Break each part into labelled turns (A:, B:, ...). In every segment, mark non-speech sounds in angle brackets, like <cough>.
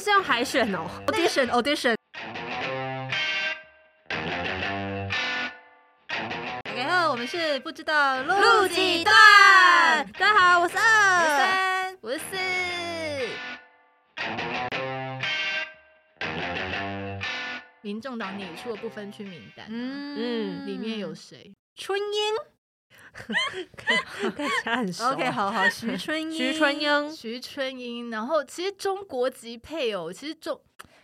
A: 是用海选哦，audition audition。
B: 大家好，我们是不知道
A: 录几段
B: 大家好，我是
A: 我是 <laughs>
B: 二
A: 三，
B: 我是四。
C: 民众党拟出了不分区名单，啊
B: 嗯
C: 里面有谁？
A: 春英，看起来很熟啊
B: OK，好好，哦徐春英，
A: 徐春，英，
C: 徐春英，然后其实中国籍配偶，其实中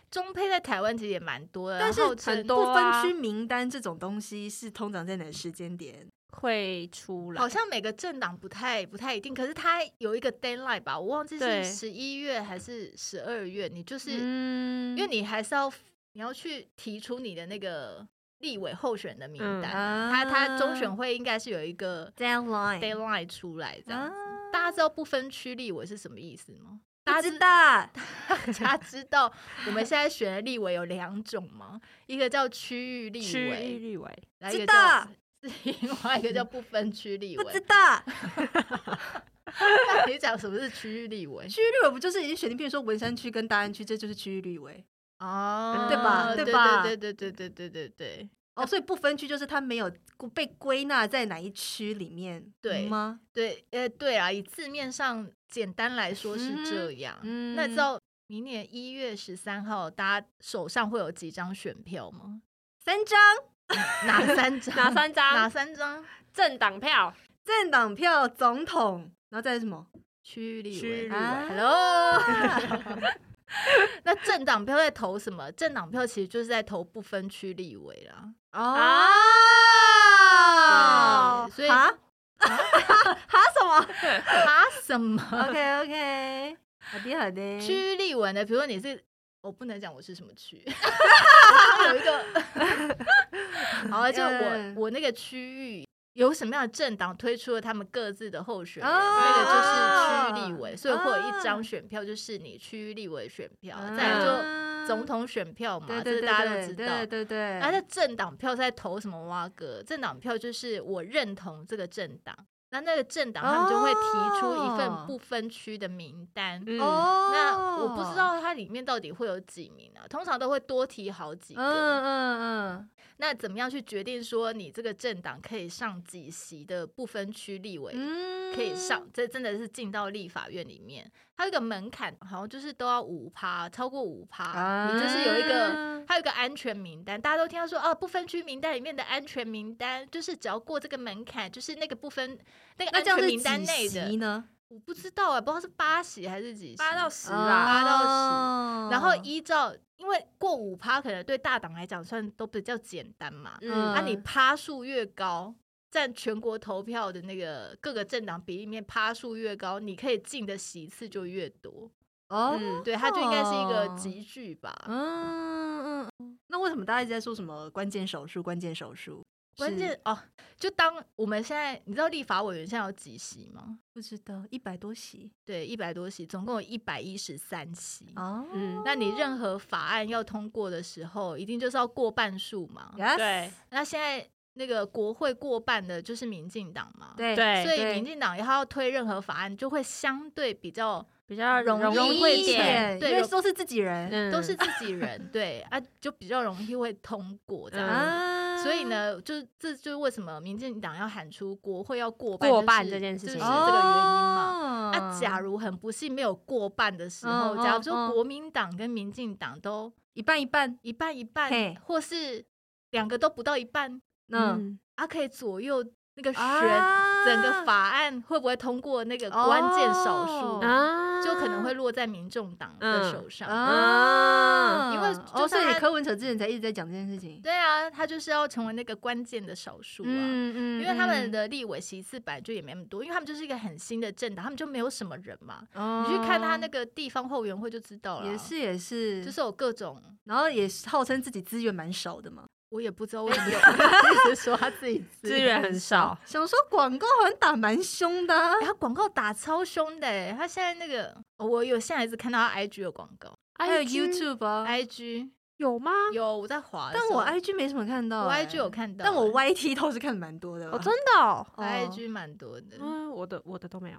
C: 中配在台湾其实也蛮多的，
B: 但是
C: 然后陈
A: 很多
B: 不分
A: 啊
B: 区名单这种东西是通常在哪个时间点？
A: 会出来
C: 好。像每个政党不太不太一定，可是它有一个 deadline 吧，我忘记
A: 对
C: 是十一月还是十二月，你就是、
A: 嗯
C: 因为你还是要你要去提出你的那个立委候选人的名
A: 嗯
C: 单，
B: 啊
C: 它它中选会应该是有一个
B: deadline
C: deadline 出来这样
B: 啊
C: 子。，大家知道不分区立委是什么意思吗？
B: 大
C: 大
B: 知
C: 家
B: 道，
C: 大家知道我们现在选的立委有两种吗？一个叫区域立
A: 区域
C: 委，
A: 立委，
C: 然后一个
B: 知道
C: 叫另外一个叫不分区立
B: 不知
C: 委。
B: 道。
C: 那你讲什么是区域立委？
B: 区域立委不就是已经选定，比如说文山区跟大安区，这就是区域立委
C: 哦，
A: 对吧
B: 对吧
C: 对对对对对对对对
B: 哦，所以不分区就是它没有被归纳在哪一区里面，
C: 对
B: 吗？
C: 对，呃，对啊，以字面上简单来说是这样。
B: 嗯
C: 那知道明年一月十三号大家手上会有几张选票吗？
B: 三张
C: 哪
B: <laughs>
C: 三张？
A: 哪三张
C: 哪三张？
A: 政党票，
B: 政党票、总统，然后再是什么？
C: 区域立
A: 区域立
C: 委
A: 委。
B: 啊
C: Hello，那政党票在投什么？政党票其实就是在投不分区立委啦。
B: 哦
C: 对所以
B: 哈哈什么
C: 拿啊
B: <laughs>
C: 什么？
B: ？OK OK，好的好的，
C: 区域立委呢？比如说你是，我不能讲我是什
B: <laughs>
C: 么区，我有一个，好，就我
B: 嗯
C: 我那个区域。有什么样的政党推出了他们各自的候选人，
B: 哦
C: 那个就是区域立委，所以会有一
B: 哦
C: 张选票就是你区域立委选票，
B: 啊
C: 再来就总统选票嘛，
B: 对
C: 这
B: 对
C: 是
B: 对，
C: 大家都
B: 对
C: 知道。
B: 对对对，
C: 啊，那政党票是在投什么蛙哥？政党票就是我认同这个政党，那那个政党他们就会提出一
B: 哦
C: 份不分区的名单。
A: 嗯
B: 哦，
C: 那我不知，道它里面到底会有几名啊，通常都会多提好几
B: 嗯
C: 个。
B: 嗯嗯，
C: 那怎么样去决定说你这个政党可以上几席的不分区立委？
B: 嗯
C: 可以上，这真的是进到立法院里面，它有一个门槛，好像就是都要五趴，超过五趴，你就是有一
B: 啊
C: 个，它有一个嗯安全名单，大家都听到说，哦，不分区名单里面的安全名单，就是只要过这个门槛，就是那个不分那个
B: 那
C: 安
B: 这样
C: 全
B: 是
C: 名单
B: 几
C: 内
B: 席
C: 的，
B: 呢？
C: 我不知道啊，不知道是八席还是几席，
A: 八到十
C: 啊
A: 啦，
C: 八到十
B: 哦
C: 然后依照，因为过五趴可能对大党来讲算都比较简单嘛，
B: 嗯
A: 嗯，
C: 啊那、你趴数越高，占全国投票的那个各个政党比例里面趴数越高，你可以进的席次就越多。
B: 哦，
A: 嗯，
C: 对，它就应该是一
B: 哦
C: 个集聚吧。
B: 嗯嗯嗯，那为什么大家一直在说什么关键手术？关键手术？
C: 关
B: 是
C: 键哦，就当我们现在，你知道立法委员现在有几席吗？
B: 不知道一百多席
C: 对，一百多席，总共有一百一十三席。
B: 哦，
A: 嗯，
C: 那你任何法案要通过的时候，一定就是要过半数嘛。
B: Yes
A: 对
C: 那现在那个国会过半的就是民进党嘛。。
B: 对
A: 对
C: 所以
B: 对
C: 民进党他要推任何法案，就会相对比较
A: 比较
C: 容
A: 容
C: 易
A: 易
C: 一
A: 一
C: 点
A: 点，
B: 因
C: 对
B: 为
C: 有
B: 都是自己人
A: 嗯
C: 都是自己人，对啊，就比较容易会通过这样。
A: 嗯
B: 啊，
C: 嗯所以，呢，就是这就是为什么民进党要喊出国会要过
A: 过
C: 就是
A: 半这件事情
B: 啊
C: 就是
A: 哦
C: 这个原因嘛。
B: 哦
C: 啊，假如很不幸没有过半的时候，
B: 嗯嗯
C: 假如说
B: 嗯
C: 国民党跟民进党都
B: 一半一半，
C: 一半一
B: 嘿
C: 半，或是两个都不到一半，
B: 嗯，
C: 啊，可以左右那个选
B: 啊
C: 整个法案会不会通过那个关键少数，
B: 哦
A: 啊，
C: 就可能会落在民众党
A: 嗯
C: 的手上。
B: 啊，
C: 因为
B: 哦，
C: 就
B: 所
C: 算
B: 以
C: 他
B: 柯文哲之前才一直在讲这件事情，
C: 对啊，他就是要成为那个关键的少数啊。
B: 嗯
C: 因为他们，的立委席次本来就也没那么多，因为他们就是一个很新的政党，他们就没有什么人嘛。
B: 你
C: 你去看他那个地方后援会就知道了
B: 嗯
C: 啊，
B: 哦也是也是，
C: 就是有各种，
B: 然后也是号称自己资源蛮少的嘛，
C: 我也不知道为什么有人一直说他
B: <laughs>
C: 自己
A: 资源很少，
B: 想说广告好像打蛮凶的
C: <laughs>
B: 啊、
C: 哎。他广告打超凶的欸，他现在那个，哦我有现在一直看到他 IG 的广告哎
B: 还有 YouTube 啊，
C: ，IG
A: 有吗？
C: 有我在滑的时
B: 但
C: 候，
B: 我 IG 没什么看到、
C: 我
B: 哎
C: IG 有，看到欸，
B: 但我 YT 倒是看的蛮多的啦。
A: 哦，真的哦，
C: 我 IG 蛮多的。
A: 嗯，我的我的都没有。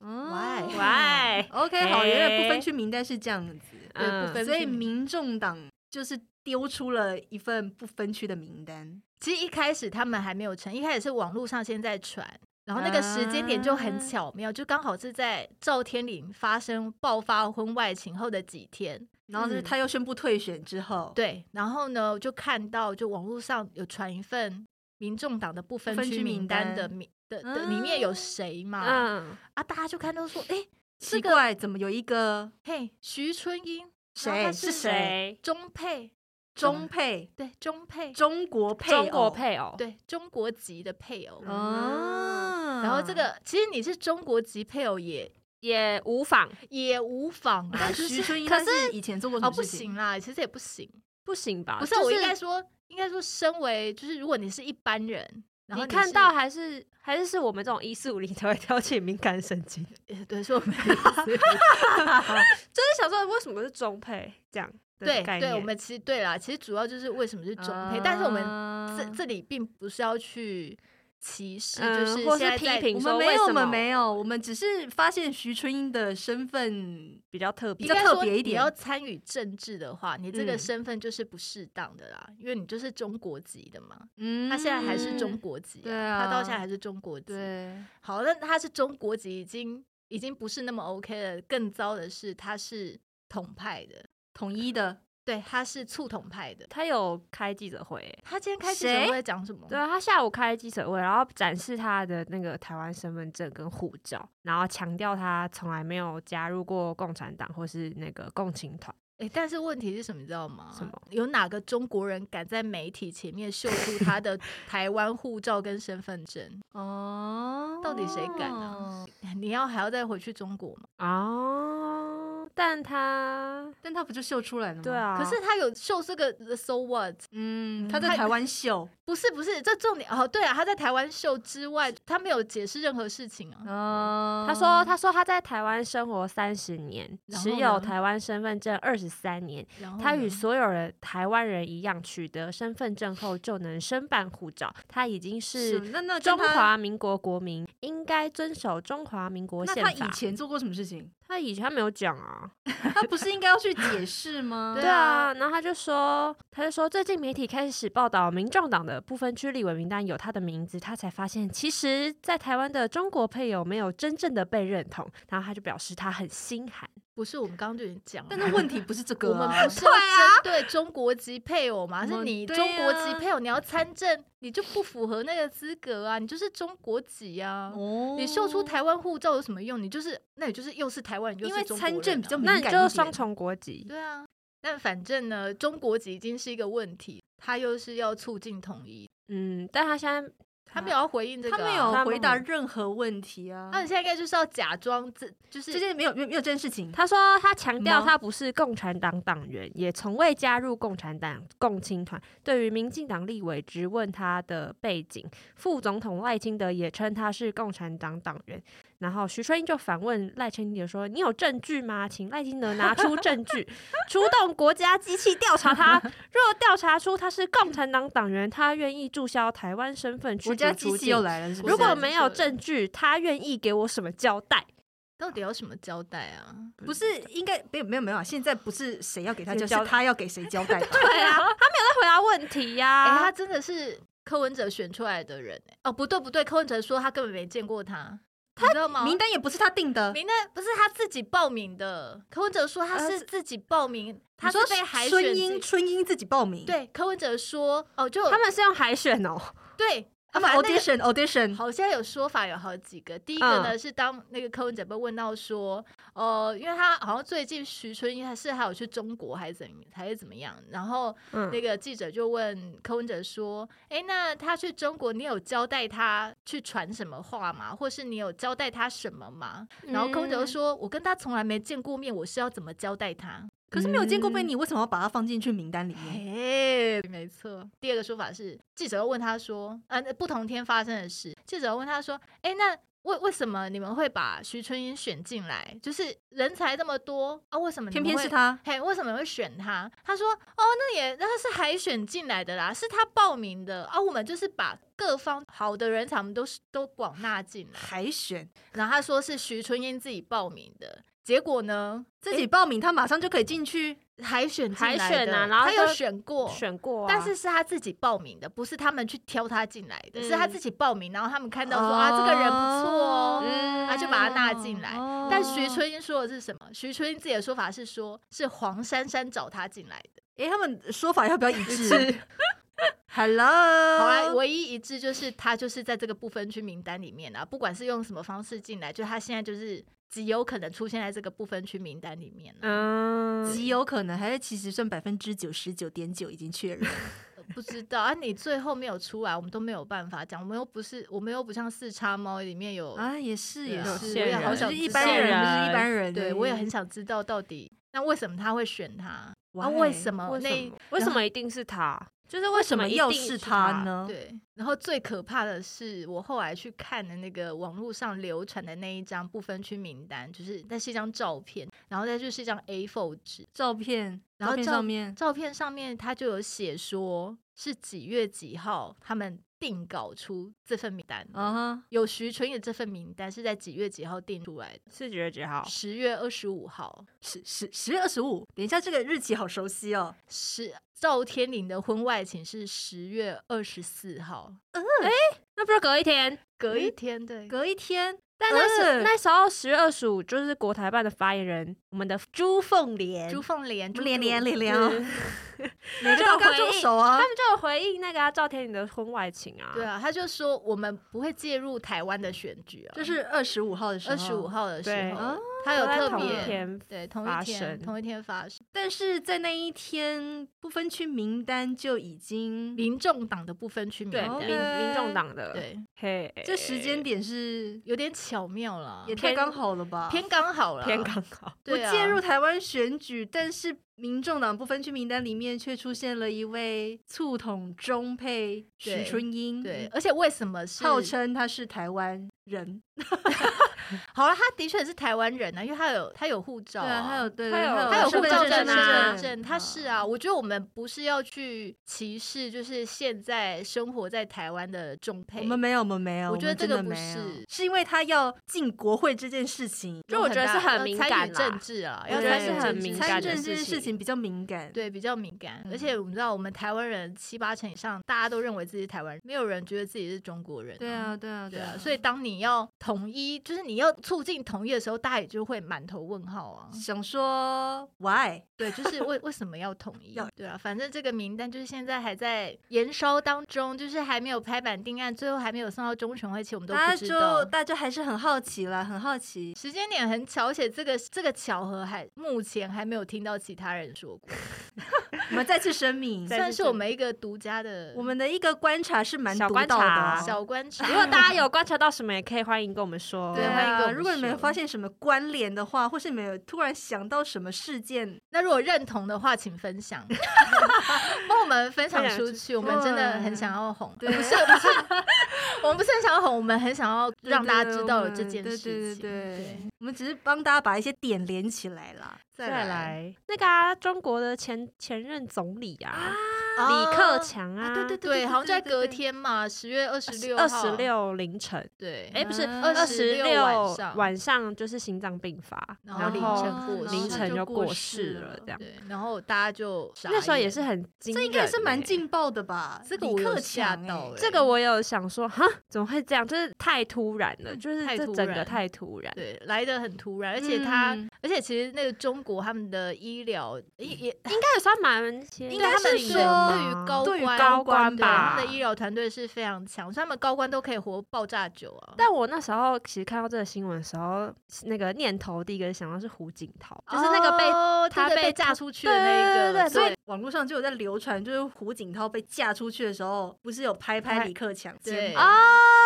B: 哦
C: Why？
A: 喂，
C: <laughs>
B: OK，好，原来不分区名单是这样子，
C: 对不
A: 嗯
C: 分
B: 所以
C: 区名
B: 民众党就是丢出了一份不分区的名单。
C: 其实一开始他们还没有成，一开始是网络上先在传，然后那个时间点就
B: 啊
C: 很巧妙，就刚好是在赵天麟发生爆发婚外情后的几天。
B: 然后就是
A: 嗯
B: 他又宣布退选之后，
C: 对，然后呢，我就看到就网络上有传一份民众党的不分
B: 分
C: 区
B: 区
C: 名
B: 名
C: 单
B: 单
C: 的名的的
B: 嗯
C: 里面有谁嘛？
A: 嗯，
C: 啊，大家就看到说，哎、
B: 奇怪，怎么有一个
C: 嘿，徐春英，然后
B: 谁
C: 她
B: 是
C: 是嗯
B: 谁？
C: 钟佩，
B: 中配、
C: 对，钟佩，
B: 中国配、
A: 中国，配偶，
C: 对，中国籍的配偶。
A: 嗯
B: 哦。
C: 然后这个其实你是中国籍配偶也
A: 也无妨，
C: 也无妨啊，
B: 啊，
C: 就
B: 徐
C: 是
B: 春英
A: 可
B: 她是以前做过什
C: 哦
B: 么
C: 不
B: 事情？啊
C: 行啦，其实也不行，
A: 不行吧？
C: 不是
A: 就
C: 我应该说，应该说，身为就是如果你是一般人，然后
A: 你看到
C: 是
A: 还是还是是我们这种一四五零才会挑起敏感神 <laughs> 经，就
C: 呃对，说我们 <laughs>
A: 是想说为什么是中配这样的
C: 对
A: 概
C: 对，
A: 念
C: 我们其实对啦，其实主要就是为什么是中配，但是我们
B: 们
C: 这这里并不是要去歧视，
A: 嗯
C: 就是
A: 或是
C: 现在
A: 批
C: 在
A: 评
B: 我
A: 说
B: 们没
A: 为
B: 有，
A: 什
B: 我们
A: 么
B: 没有，我们只是发现徐春英的身份
A: 比较特
B: 比
A: 别
B: 较
C: 应。该
B: 特
C: 说
B: 别一
C: 你
B: 点
C: 要参与政治的话，你这个
A: 嗯
C: 身份就是不适当的啦，因为你就是中国籍的嘛。
B: 嗯
C: 他现在还是中国籍、
B: 对
C: 他到现在
B: 啊
C: 还是中国籍。
B: 对，
C: 好，那他是中国籍，已经已经不是那么 OK 了。更糟的是，他是统派的，
B: 统一的，
C: 对，他是促统派的。
A: 他有开记者会欸、
C: 他今天开记者
B: 谁
C: 会讲什么？
A: 对啊，他下午开记者会，然后展示他的那个台湾身份证跟护照，然后强调他从来没有加入过共产党或是那个共青团。
C: 诶但是问题是什么？你知道吗？
A: 什么？
C: 有哪个中国人敢在媒体前面秀出
B: <laughs>
C: 他的台湾护照跟身份证？
B: 哦，
C: 到底谁敢啊？你要还要再回去中国吗？
A: 哦，但他
B: 但他不就秀出来了吗？
A: 对，啊，
C: 可是他有秀这个 so what？
B: 嗯，
C: 嗯
B: 他
C: 他
B: 在台湾秀，
C: 不是不是，这重点哦，对啊，他在台湾秀之外，他没有解释任何事情啊。
B: 哦，
A: 他说他说他在台湾生活三十年，
C: 然后
A: 持有
C: 呢
A: 台湾身份证二十三年，
C: 然后
A: 他
C: 呢
A: 与所有人台湾人一样，取得身份证后就能申办护照，他已经
B: 是
A: 是。
B: 那那跟
A: 中
B: 他
A: 华民国国民应该遵守中华民国
B: 那
A: 宪
B: 他
A: 法。
B: 以前做过什么事情？ <laughs>
A: 他以前他没有讲啊，
B: 他不是应该要去解释吗？
C: 对
A: 对啊，然后他就说，他就说，最近媒体开始报道民众党的不分区立委名单有他的名字，他才发现，其实，在台湾的中国配偶没有真正的被认同，然后他就表示他很心寒。
C: 不是我们刚刚就已经讲了，
B: 但是问题不是这
C: 我
B: 个
C: 们
B: 啊
C: 不，是要针对中国籍配偶嘛？
B: 我
C: 是
B: 们
C: 你
B: 对
C: 中国籍
B: 啊
C: 配偶，你要参政，你就不符合那个资格啊，你就是中国籍啊。
B: 哦
C: 你秀出台湾护照有什么用？你就是，那你就是又是台湾人，又
B: 因
C: 是
B: 为
C: 中国
B: 参
C: 人
B: 政
C: 啊
B: 比较
A: 那
B: 敏
A: 你
B: 感
A: 就
B: 一
A: 双
B: 点
A: 重国籍，
C: 对啊。但反正呢，中国籍已经是一个问题，他又是要促进统一，
A: 嗯，但他现在
C: 他没有要回应这个、
B: 他
C: 啊，
B: 没
A: 他
B: 有
A: 们
B: 回答任何问题啊，
C: 那你现在应该就是要假装这就是
B: 这件没有没有没有这件事情，
A: 他说他强调
B: 吗
A: 他不是共产党党员，也从未加入共产党共青团。对于民进党立委质问他的背景，副总统赖清德也称他是共产党党员。然后徐春英就反问赖清德说：“你有证据吗？请赖清德拿出证据，出动国家机器调查 <laughs> 他。若调查出他是共产党党员，他愿意注销台湾身份，驱
B: 国
A: 逐
B: 家
A: 出
B: 机器又
A: 境。
B: 来了，是不是
A: 如果
C: 没
A: 没有证据，他愿意给我什么交代？
C: 到底要什么交代啊？
B: 不是应该没有没有没有啊，现在不是谁要给他交
A: 谁交
B: 代，
A: 代
B: 是他要给谁交代吧？
A: 对 <laughs> 啊，他没有在回答问题呀、
B: 啊
C: 哎、他真的是柯文哲选出来的人、欸、哦，不对不对，柯文哲说他根本没见过他，他知道吗？
B: 名单也不是他定的，
C: 啊名单不是他自己报名的，柯文哲说他
A: 呃
C: 是自己报名，他
B: 你
C: 是
B: 说
C: 被海选
B: 春英
C: 自己
B: 春英自己报名，，
C: 对，柯文哲说哦，就
A: 他们是用海选哦，
C: 对，
B: 他们
C: 啊反正那个
B: audition audition，
C: 好，现在有说法有好几个。第一个呢、是当那个柯文哲被问到说，呃，因为他好像最近徐春英还是还有去中国还是怎么还是怎么样，然后
A: 嗯
C: 那个记者就问柯文哲说：“诶，那他去中国，你有交代他去传什么话吗？或是你有交代他什么吗？”
A: 嗯
C: 然后柯文哲就说：“我跟他从来没见过面，我是要怎么交代他
B: 可是没有见过面，
A: 嗯
B: 你为什么要把他放进去名单里？”面？
C: 嘿，没错。第二个说法是，记者又问他说：“呃，不同天发生的事。”记者又问他说：“诶，那为为什么你们会把徐春英选进来？就是人才这么多啊，为什么你
B: 偏
C: 们
B: 偏
C: 会
B: 是他，
C: 嘿，为什么会选他？他说：“哦，那也那是海选进来的啦，是他报名的啊。我们就是把各方好的人才，我们都是都广纳进来。
B: 海选
C: 然后他说是徐春英自己报名的，结果呢，
B: 自己报名，他马上就可以进去。
C: 海选进
A: 海
C: 来
A: 选
C: 的
A: 啊然后
C: 他有
A: 就
C: 选过，
A: 选过啊、
C: 但是是他自己报名的，不是他们去挑他进来的，
A: 嗯
C: 是他自己报名，然后他们看到说、啊，这个人不错哦。
A: 嗯
C: 他就把他纳进来
B: 哦
C: 但徐，春英说的是什么？徐春英自己的说法是说，是黄珊珊找他进来的。
B: 哎，他们说法要不要一致 <laughs> ？Hello，好
C: 好啦，
B: 哦
C: 唯一一致就是他就是在这个不分区名单里面啊，不管是用什么方式进来，就他现在就是极有可能出现在这个不分区名单里面、啊。
A: 嗯，
B: 极有可能还是其实剩百分之九十九点九已经确认。
C: 不知道啊，你最后没有出来，我们都没有办法讲。我们又不是，我们又不像四叉猫里面有
B: 啊，也是
C: 对
B: 也
C: 啊
B: 是，
A: 线
B: 我也好
A: 人
B: 想
C: 就是
B: 一
C: 一
B: 般
C: 线
B: 人，不是
A: 人
B: 一般人，
C: 对我
B: 嗯
C: 也很想知道到底那为什么他会选他？啊，
B: Why？
C: 为什么
A: 为
C: 那
A: 什么？为什么一定是他？就是
B: 为什
A: 什
B: 么
A: 么一
B: 又
A: 定
B: 是
A: 是
B: 他？呢？
C: 对？然后最可怕的是，我后来去看的那个网络上流传的那一张不分区名单，就是那是一张照片，然后再就是一张 A4 纸，
B: 照片，
C: 然
B: 照
C: 后
B: 片
C: 照
B: 上面
C: 照片上面他就有写说是几月几号他们定稿出这份名单的。
B: 啊哈，
C: 有徐纯也这份名单是在几月几号定出来的？
A: 是觉得几号？
C: 十月二十五号，
B: 十十十月二十五，等一下这个日期好熟悉哦，
C: 十赵天麟的婚外情是十月二十四号，
A: 那不是隔一天？
C: 隔一天对，
B: 隔一天，
A: 但那时、
B: 嗯
A: 那时候十月二十五，就是国台办的发言人，我们的朱凤莲，
C: 朱凤莲，朱
B: 连
C: 柱
B: 连连连
A: 嗯 <laughs>
B: 哦， <laughs> 每个
A: 就
B: 都
A: 回
B: 刚中
A: 应
B: 手啊
A: 他，们就有回应那个、啊、赵天麟的婚外情啊。
C: 对啊，他就说我们不会介入台湾的选举
B: <laughs>
C: 啊，
B: 就是二十五号的时候，
C: 二十五。号的时
A: 对
C: 候
B: 哦，
C: 他有
A: 都在
C: 特
A: 同一
C: 别
A: 天
C: 对同
A: 发
C: 一天
A: 生
C: 同一天发生，
B: 但是在那一天不分区名单就已经，
C: 民众党的部分区名
A: 对
C: 单，
A: 民
B: 哦
A: 民众党的，
C: 对，
A: 嘿，
B: 这时间点是
C: 有点巧妙了
B: 也，太
A: 偏
B: 刚好了吧？
C: 偏刚好了，
A: 偏刚好，
B: 我
C: 对啊
B: 介入台湾选举，但是民众党不分区名单里面却出现了一位促统中配许
C: 对
B: 春英，
C: 对，，而且为什么是
B: 嗯号称他是台湾人，
C: 好了，他的确是台湾人啊，因为他有他有护照
B: 对啊，他有对，
A: 他有
C: 他有
B: 身
C: 护
B: 份
C: 照
A: 证
C: 身
B: 啊
C: 份证，他是啊，我觉得我们不是要去歧视，就是现在生活在台湾的中配，
B: 我们没有，我们没有，
C: 哎我觉得这个
B: 我们
C: 不
B: 真的没有
C: 是
B: 是因为他要进国会这件事情，
A: 就我觉得是很敏感啦
C: 要参与政治啊，
A: 我
C: 要
A: 觉得
C: 参
A: 是
C: 与
A: 很
C: 政治
A: 敏
B: 参
A: 感
B: 与
A: 的
B: 政治这件
A: 事
B: 事
A: 情。
B: 情比较敏感，
C: 对，比较敏感，
B: 嗯
C: 而且我们知道，我们台湾人七八成以上，大家都认为自己是台湾人，没有人觉得自己是中国人、
B: 对啊，，对啊，
C: 对啊
B: 啊，，
C: 所以当你要统一，就是你要促进统一的时候，大家也就会满头问号啊。
B: 想说 why
C: 对，就是为为什么要统一
B: 要？
C: 对啊，反正这个名单就是现在还在延烧当中，就是还没有拍板定案，最后还没有送到中选会期，我们都
B: 大
C: 不
B: 家
C: 知
B: 就
C: 道。
B: 大家还是很好奇啦，很好奇，
C: 时间点很巧，而且这个这个巧合还目前还没有听到其他人说过，
B: 我们再次声明
C: <laughs>
A: 再次
C: 算是我们一个独家的
B: 我们的一个观察是蛮
A: 小
B: 独
A: 观
B: 到的
A: 察
B: 哦，
C: 小观
A: <laughs>
C: 察。
A: 如果大家有观察到什么，也可以欢迎跟我们说。
B: 对
C: 欢迎跟我
B: 啊，
C: 们
B: 如果你们有
C: 说
B: 发现什么关联的话，或是你们有突然想到什么事
C: <laughs>
B: 件，
C: 那如果认同的话，请分享，帮我们分享出去。我们真的很想要红，
B: 对
C: 不是
B: <laughs>
C: 不是，我们不是很想要红，我们很想要让大家知道有这件
B: 对对
C: 事情。
B: 对对对，我们只是帮大家把一些点连起来啦。
A: 再，来那个啊，中国的前前任总理啊，
C: 哦
A: 李克强啊，
B: 啊对对
C: 对，好像在隔
B: 对对
C: 天嘛，十月二十六，
A: 二十，六凌晨，
C: 对，
A: 哎，不是
B: 嗯
A: 二十
C: 26晚
A: 六
C: 上
A: 晚上就是心脏病发，
C: 然
A: 然
C: 后
A: 后
C: 凌晨过世
A: 凌晨
B: 就
A: 就
B: 过
A: 过
B: 世
A: 世
B: 了
A: 了，这样。
C: 对，然后大家就傻
A: 那时候也
C: 眼
A: 是，很惊人欸，
B: 这应该是蛮劲爆的吧？
C: 这个
B: 李
C: 我有
B: 克
C: 吓
B: 强欸
C: 到欸
A: 这个我有想说，哈，怎么会这样？就是太突然了，就是
C: 太
A: 这
C: 突
A: 整个
C: 然
A: 太突然。
C: 对，来的很突然，而且他
B: 嗯，
C: 而且其实那个中国他们的医疗也也
A: 应该也算蛮先，
C: 应
B: 该
C: 该
B: 是
C: 是
B: 说
C: 对于高
A: 对于
C: 官
A: 高官
C: 对
A: 吧
C: 他们的医疗团队是非常强，所以他们高官都可以活爆炸久啊。
A: 但我那时候其实看到这个新闻的时候，那个念头第一个想到是胡锦涛，就是那个被、
C: 哦
A: 他
C: 对对
A: 被
C: 被
A: 他
C: 嫁出去的那
A: 对对
C: 一
A: 对
C: 个，
A: 对
B: 所
A: 所
B: 以网络上就有在流传，就是胡锦涛被嫁出去的时候，不是有拍拍
A: 拍
B: 李克强
C: 对
B: 肩膀，
A: 啊，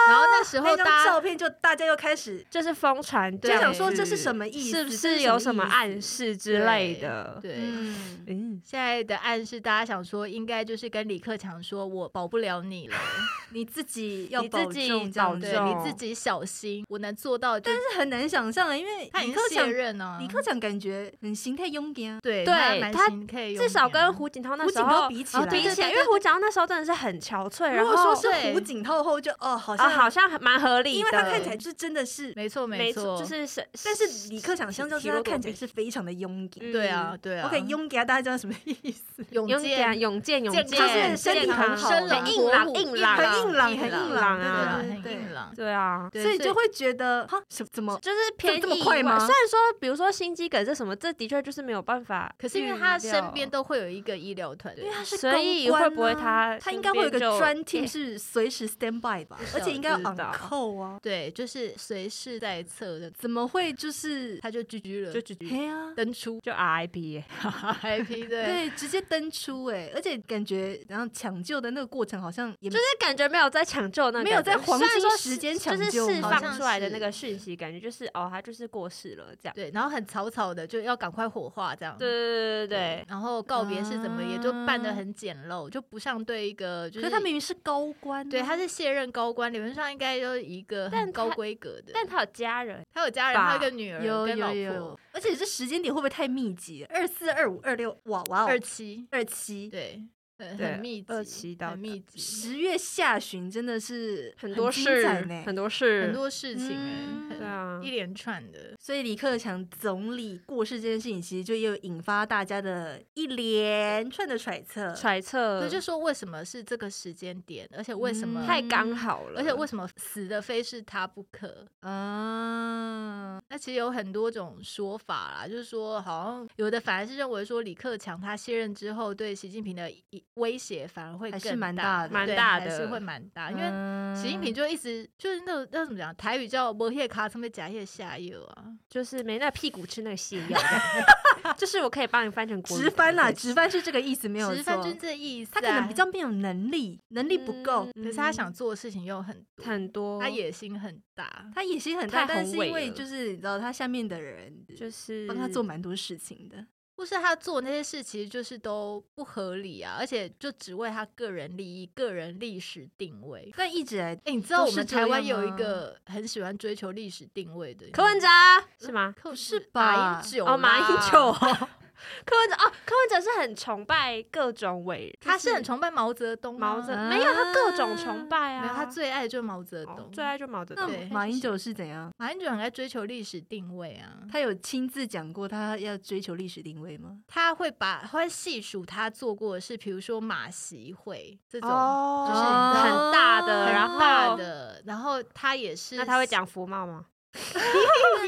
C: 然后那时
B: 那
C: 候
B: 张
C: 大家
B: 照片就大家又开始
A: 就是疯传这
B: 就
A: 样子，
B: 想说这是什么意思？
A: 是不
B: 这
A: 是有什么
B: 么意思
A: 暗？示之类的？
C: 对。
B: 嗯，
A: <laughs> 嗯，
C: 现在的暗示，大家想说应该就是跟李克强说，我保不了你了，
B: 你自己要
A: 你自
B: 保
A: 己
B: 重，这
A: 保
B: 样
A: 重
B: 子
C: 对你自己小心，我能做到就，但
B: 是很难想象的，因为
C: 他已
B: 李
C: 经
B: 克
C: 卸
B: 强，
C: 任了，
B: 李克强感觉很心态啊勇敢，
C: 对
A: 对
C: 他蛮
A: 他
C: 行可以
A: 嗯
C: 用
A: 至少
C: 的啊
A: 跟胡锦涛那
B: 胡
A: 时
B: 锦
A: 候哦
B: 涛比起来，
A: 比起来，因为胡锦涛那时候真的是很憔悴，然
B: 如
A: 后
B: 果说是
C: 对
B: 胡锦涛的话，我就哦，好
A: 啊，
B: 像
A: 好像还蛮合理的，
B: 因为他看起来就是真的是，
C: 没错
A: 没
C: 错，
A: 就是是，
B: 但是李克强相较之
A: 体
B: 下
A: 弱多嗯
B: 看起来
A: 病
B: 是非常的勇敢。
C: 对啊对啊。
B: OK，勇敢大家知道什么意思？
C: 勇
A: 勇
C: 健
A: 健勇健勇
C: 健
A: 健，
C: 康
B: 就是身体
A: 健
B: 很
A: 康
B: 好啊
C: 生
B: 很
C: 龙
A: 硬
C: 活
A: 朗
C: 虎
A: 硬朗
B: 很硬朗很
A: 硬
B: 硬
A: 朗
B: 朗
A: 啊
B: 对
C: 很
B: 对
C: 硬朗。
A: 对啊，
C: 对
B: 所以就会觉得哈，什怎么？
A: 就是偏
B: 哦这么
A: 意
B: 快
A: 外
B: 吗
A: 虽然说，比如说心肌梗这什么，这的确就是没有办法预料，
C: 可是因为他身边都会有一个医疗团队，
B: 他是
A: 所
B: 高
A: 以
B: 官
A: 会不会
B: 啊
A: 他
B: 他应
A: 身
B: 该会有一
A: 边
B: 个
A: 就
B: 专 team
A: 也
B: 是随时 stand by 吧？而且应该要
A: 不知
B: on
A: 道
B: call 啊？
C: 对，就是随时在侧的，
B: 怎么会就是？
C: 他就居居了，
A: 就直接
B: 嘿啊，
C: 登出
A: 就 <laughs> RIP，
C: IP 对。
B: 对，直接登出哎，而且感觉然后抢救的那个过程好像也
A: 就是感觉没有在抢救那个感觉，
B: 没有在黄
A: 虽然
B: 金
A: 说
B: 时
A: 是
B: 间
A: 就
B: 抢
A: 是
B: 救
A: 释
B: 好
A: 放
C: 像
A: 出来的
C: 是
A: 那个讯息，感觉就是哦，他就是过世了这样。
C: 对，然后很草草的就要赶快火化这样。
A: 对对对对
C: 然后告别是怎么也就办的
B: 啊
C: 很简陋，就不像对一个就
B: 可是他明明是高官啊，
C: 对他是卸任高官，理论上应该就是一个
A: 但
C: 很高
A: 他
C: 规格的。
A: 但他有家人，
C: 他有家人，他有一
A: 吧
C: 个女儿
B: 有
C: 跟老
B: 有
C: 婆
B: 有，，而且这时间点会不会太密集？二四、二五、二六，哇哇哦，
C: 二妻，
B: 二七，
C: 对，很
A: 对
C: 很密集，
A: 二妻到
C: 很密集，
B: 十月下旬真的是
A: 很多
B: 精
A: 事
B: 彩呢，
A: 很多事，
C: 很多事情
B: 嗯
A: 对
C: 哎，
A: 啊
C: 很，一连串的。
B: 所以李克强总理过世这件事情，其实就又引发大家的一连串的揣测。
A: 揣测
C: 那就说为什么是这个时间点，而且为什么
B: 嗯
A: 太刚好了，
C: 而且为什么死的非是他不可？
B: 啊，
C: 那其实有很多种说法啦，就是说，好像有的反而是认为说李克强他卸任之后，对习近平的一威胁反而会
B: 还
C: 更
B: 是蛮
C: 大
B: 大的嗯
A: 蛮
C: 对
A: 大
C: 还是
A: 的
C: 会蛮大，因为
B: 为
C: 习近平就一直就是那种那怎么讲，台语叫“摩耶卡”，上面夹叶下药啊，
A: 就是没那屁股吃那个泻药这
B: <laughs>
A: 样，就是我可以帮你翻成国语
B: 直翻啦，
A: 对
B: 直翻是这个意思，没有
C: 直翻
B: 错。
C: 就是这意思、啊。
B: 他可能比较，没有能力，能力不够，
A: 嗯
C: 可是他想做的事情又很多，
A: 很多，
C: 他野心很大。
B: 他野心很大，
A: 太
B: 但
A: 宏
B: 是
A: 伟
B: 因为
A: 了
B: 就是你知道他下面的人
A: 就是
B: 帮他做蛮多事情的。
C: 或是他做那些事，其实就是都不合理啊，而且就只为他个人利益、个人历史定位。
B: 但一直以来
C: 哎、你知道
B: 都
C: 我
B: 是
C: 们
B: 这
C: 台湾
B: 样
C: 有一
B: 吗
C: 个很喜欢追求历史定位的
A: 柯文
C: 哲，
A: 哲
B: 嗯
A: 是吗？
C: 柯
B: 是
C: 马
B: 吧
C: 英九啦，
A: 哦，马英
C: <laughs>
A: 九，柯文哲哦，柯文哲是很崇拜各种伟，
C: 他是
A: <laughs>
C: 很
A: 就
C: 崇拜毛泽东吗，
A: 毛泽，
B: 啊
A: 没有他各种崇拜啊，
C: 没有他最爱就是毛泽
A: 哦
C: 东，
A: 最爱就毛泽
B: 那
A: 东
C: 对，
B: 马英九是怎样？
C: 马英九很爱追求历史定位啊，
B: 他有亲自讲过他要追求历史定位吗？ <laughs>
C: 他会把他会细数他做过的事，比如说马习会这种。
A: 哦，
C: 就是
A: 很大的，
C: 很
A: 然
C: 大
A: 后
C: 的，然后他也是，
A: 那他会讲福茂吗？！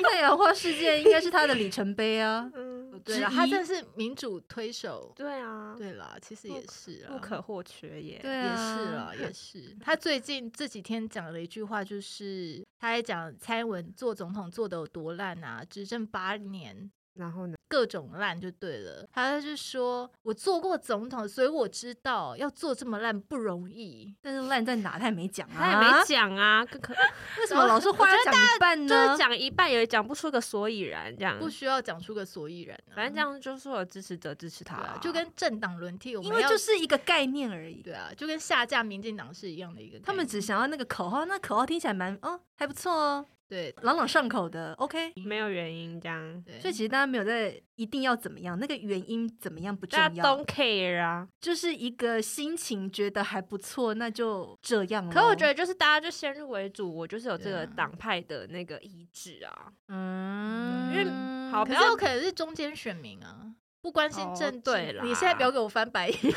B: 太阳花事件应该是他的里程碑啊
A: <laughs> 嗯，
C: 对
B: 之
C: 啦，他
B: 一
C: 真的是民主推手。
A: 对啊，
C: 对啦，其实
A: 不
C: 也
A: 可
C: 是啊，
A: 不可或缺耶。
B: 对
C: 也
B: 啊，
C: 是啦，
A: <laughs>
C: 也是。他最近这几天讲了一句话，就是他还讲蔡英文做总统做的有多烂啊，执政八年。
A: 然后呢？
C: 各种烂就对了，他就说：“我做过总统，所以我知道要做这么烂不容易。
B: 但是烂在哪他也没讲啊，
A: 他也没讲啊，更可
B: 为什么老是话要讲一半
A: <laughs> 就
B: 呢？
A: 是讲一半也讲不出个所以然，这样。
C: 不需要讲出个所以然、啊。
A: 嗯反正这样就是有支持者支持他
C: 对
A: 啊、
C: 啊，就跟政党轮替，我
B: 因
C: 们
B: 为
C: 要
B: 就是一个概念而已。
C: 对啊，就跟下架民进党是一样的一个概念。
B: 他们只想要那个口号，那口号听起来蛮哦还不错哦，
C: 对
B: 朗朗上口的。OK，
A: 没有原因这样。
C: 对，
B: 所以其实大家没有在一定要怎么样，那个原因怎么样不重
A: 大家
B: 要
A: don't，care 啊，
B: 就是一个心情觉得还不错，那就这样咯。
A: 可我觉得就是大家就先入为主，我就是有这
C: 对
A: 个
C: 啊
A: 党派的那个意志啊。
B: 嗯，
A: 因为好
C: 可
A: 不
C: 是
A: 要
C: 有哦可能是中间选民啊，不关心
A: 哦
C: 政治。
A: 对
C: 你现在不要
A: 啦
C: 给我翻白眼，听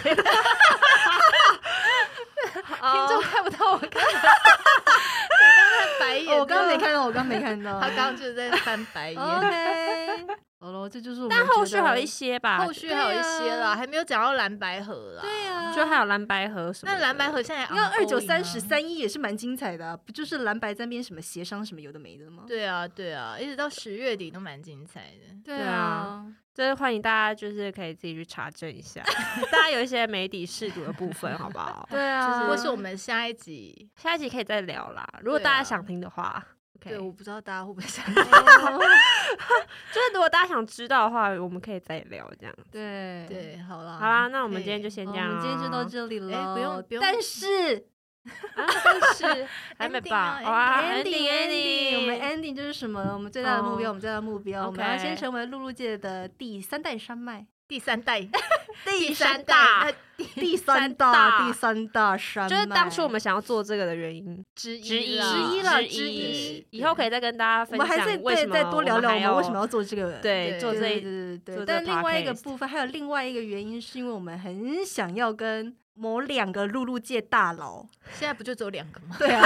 C: 众
A: 哦
C: 看不到我看，人家在白眼。
B: 哦我刚刚没，看哦到，我刚刚没看到。
C: <laughs> 他刚刚就是在翻白眼。
B: OK，好 <laughs> 咯，这就是我们
A: 但后续
B: 觉得
A: 还有一些吧，
C: 后续还有一些啦，还没有讲到蓝白河啦。
B: 对啊，
A: 就还有蓝白河什么的。
C: 那蓝白河现在
B: 你看二九
C: ongoing 啊
B: 三十。三一也是蛮精彩的、啊，不就是蓝白在那边什么协商什么有的没的吗？
C: 对啊，对啊，一直到十月底都蛮精彩的。
B: 对
A: 对啊，就是欢迎大家就是可以自己去查证一下，大家有一些媒体试读的部分，好不好？
B: 对啊，
C: 或是我们下一集，
A: 下一集可以再聊啦，如果大家想听的话。OK，
C: 对，我不知道大家会不会想
B: 哦
A: 就是如果大家想知道的话，我们可以再聊这样。
B: <laughs> 对。
C: 对，好啦，
A: 好啦，那我们
C: 可以
A: 今天就先
B: 好
A: 这
B: 我
A: 样、
B: 们今天就到。这里了，
C: 哎不用不用
B: 但是
A: 啊，但是还没
C: Ending
A: 吧？
C: 啊
A: 哦啊
B: ending ending，
A: ending，
B: 我们 ending 就是什么呢？我们最大的目标，
A: 哦
B: 我们最大的目标，我们要
A: OK
B: 先成为露露界的第三代山
A: <laughs>
B: 脉，
C: 第三代，
B: 第
A: 三大
C: 那
B: 第
A: 三
B: 三
A: 大
B: 大，第三大山脉，
A: 就是当初我们想要做这个的原因
C: 之一，
A: 之一，
B: 之一啦
A: 了，
B: 之一
A: 以后可以再跟大家
B: 我
A: 分
B: 们
A: 享
B: 还在
A: 为什
B: 对
A: 么
B: 再多聊聊我
A: 我
B: 们为什么
A: 要
B: 要做这个，
A: 对
C: 对
A: 做
B: 对
A: 这
B: 对
A: 一
B: 对
A: 做
B: 对对。
A: 这个
B: 但另外一个
A: podcast
B: 部分，还有另外一个原因，是因为我们很想要跟某两个露露界大佬，
C: 现在不就只有两个吗？
B: 对啊，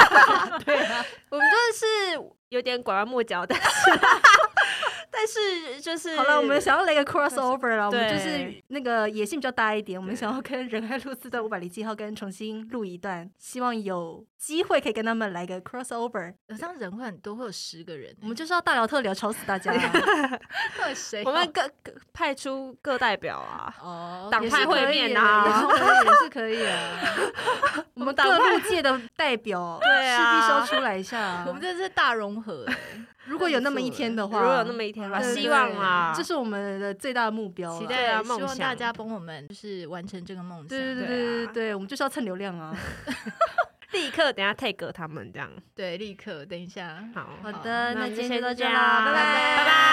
C: 对啊，
A: 我们就是有点拐弯抹角，但是 <laughs> 但是就是
B: 好了，我们想要来一个 crossover 了，我们就
A: 对
B: 是那个野性比较大一点，我们想要跟仁爱路四段五百零七号跟重新录一段，希望有机会可以跟他们来个 crossover。
C: 这样人会很多，会有十个人欸，
B: 我们就是要大聊特聊，吵死
A: <laughs>
B: 大家！
C: 到底谁要？
A: 我们各各派出各代表啊，
C: 哦，
A: 党
B: 也是
A: 派会
B: 可以
A: 面
B: 的
A: 啊
B: 也是可以，也是可以啊。我们各路界的代表，
A: 对啊
B: 势必是要出来一下啊。
C: 我们这是大融合欸，
B: 如果有那么一天的
A: 如
B: 话，
A: 果有那么一天吧，
B: 对
A: 希望啦，
B: 这是我们的最大的目标啊。
C: 期
A: 对啊
C: 待希
A: 梦
C: 望大
A: 想
C: 家帮我们就是完成这个梦想。
B: 对对
A: 对
B: 对
A: 啊
B: 对对对，我们就是要蹭流量啊。
A: 立刻等一下 take 他们这样。
C: 对，立刻等一下，
A: 好，
B: 好
C: 好
A: 那
B: 的，那
A: 我们就
B: 今
A: 先
B: 天就到
A: 这
B: 这
A: 样
B: 啦，拜
A: 拜
B: 拜，
A: 拜